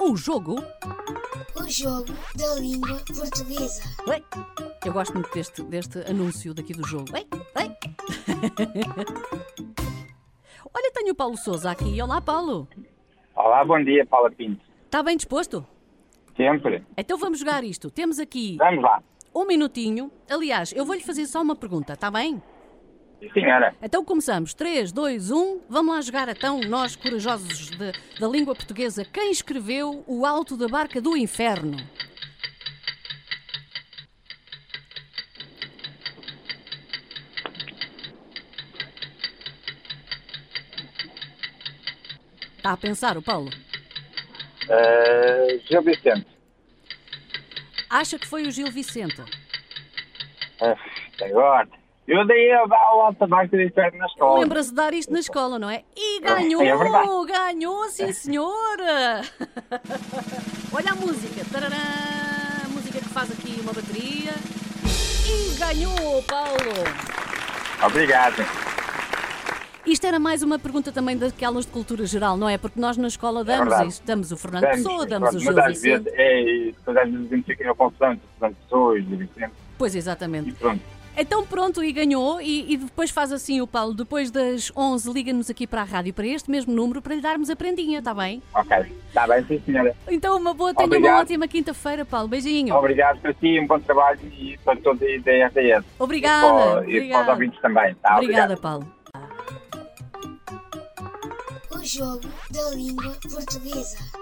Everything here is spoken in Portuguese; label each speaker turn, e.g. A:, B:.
A: O jogo.
B: O jogo da língua portuguesa.
A: Oi. Eu gosto muito deste, deste anúncio daqui do jogo. Oi, oi. Olha, tenho o Paulo Souza aqui. Olá, Paulo.
C: Olá, bom dia, Paula Pinto.
A: Está bem disposto?
C: Sempre.
A: Então vamos jogar isto. Temos aqui
C: Vamos lá.
A: um minutinho. Aliás, eu vou-lhe fazer só uma pergunta, está bem?
C: Sim, senhora.
A: Então começamos. 3, 2, 1. Vamos lá jogar então, nós corajosos de- da língua portuguesa. Quem escreveu O Alto da Barca do Inferno? Está a pensar o Paulo?
C: Eh, Gil Vicente.
A: Acha que foi o Gil Vicente?
C: Eh, agora. Eu dei a aula de barco de inferno na escola.
A: Lembra-se de dar isto na escola, não é? E ganhou!
C: É verdade. É.
A: ganhou, sim senhora! Olha a música! Tarará, música que faz aqui uma bateria. E ganhou, Paulo!
C: Obrigado.
A: Isto era mais uma pergunta também daquelas de cultura geral, não é? Porque nós na escola damos
C: verdade.
A: isto. Damos o Fernando
C: Damos,
A: Pessoa, damos
C: pronto,
A: o
C: mas
A: Gil
C: às
A: Vicente.
C: vezes, é, e depois às vezes identificam a confusão entre Fernando Pessoa e Gil Vicente.
A: Pois,
C: E
A: exatamente.
C: pronto.
A: Então pronto, e ganhou. E, e depois faz assim o Paulo. Depois das 11, liga-nos aqui para a rádio, para este mesmo número, para lhe darmos a prendinha, está bem?
C: Ok. Está bem, sim, senhora.
A: Então, uma boa, tenha uma
C: Obrigado.
A: ótima quinta-feira, Paulo. Beijinho.
C: Obrigado para ti, um bom trabalho e para todos aí da RDS.
A: Obrigada.
C: E para- E para os
A: obrigada.
C: ouvintes também. Tá?
A: Obrigada, Paulo.
B: O jogo da língua portuguesa.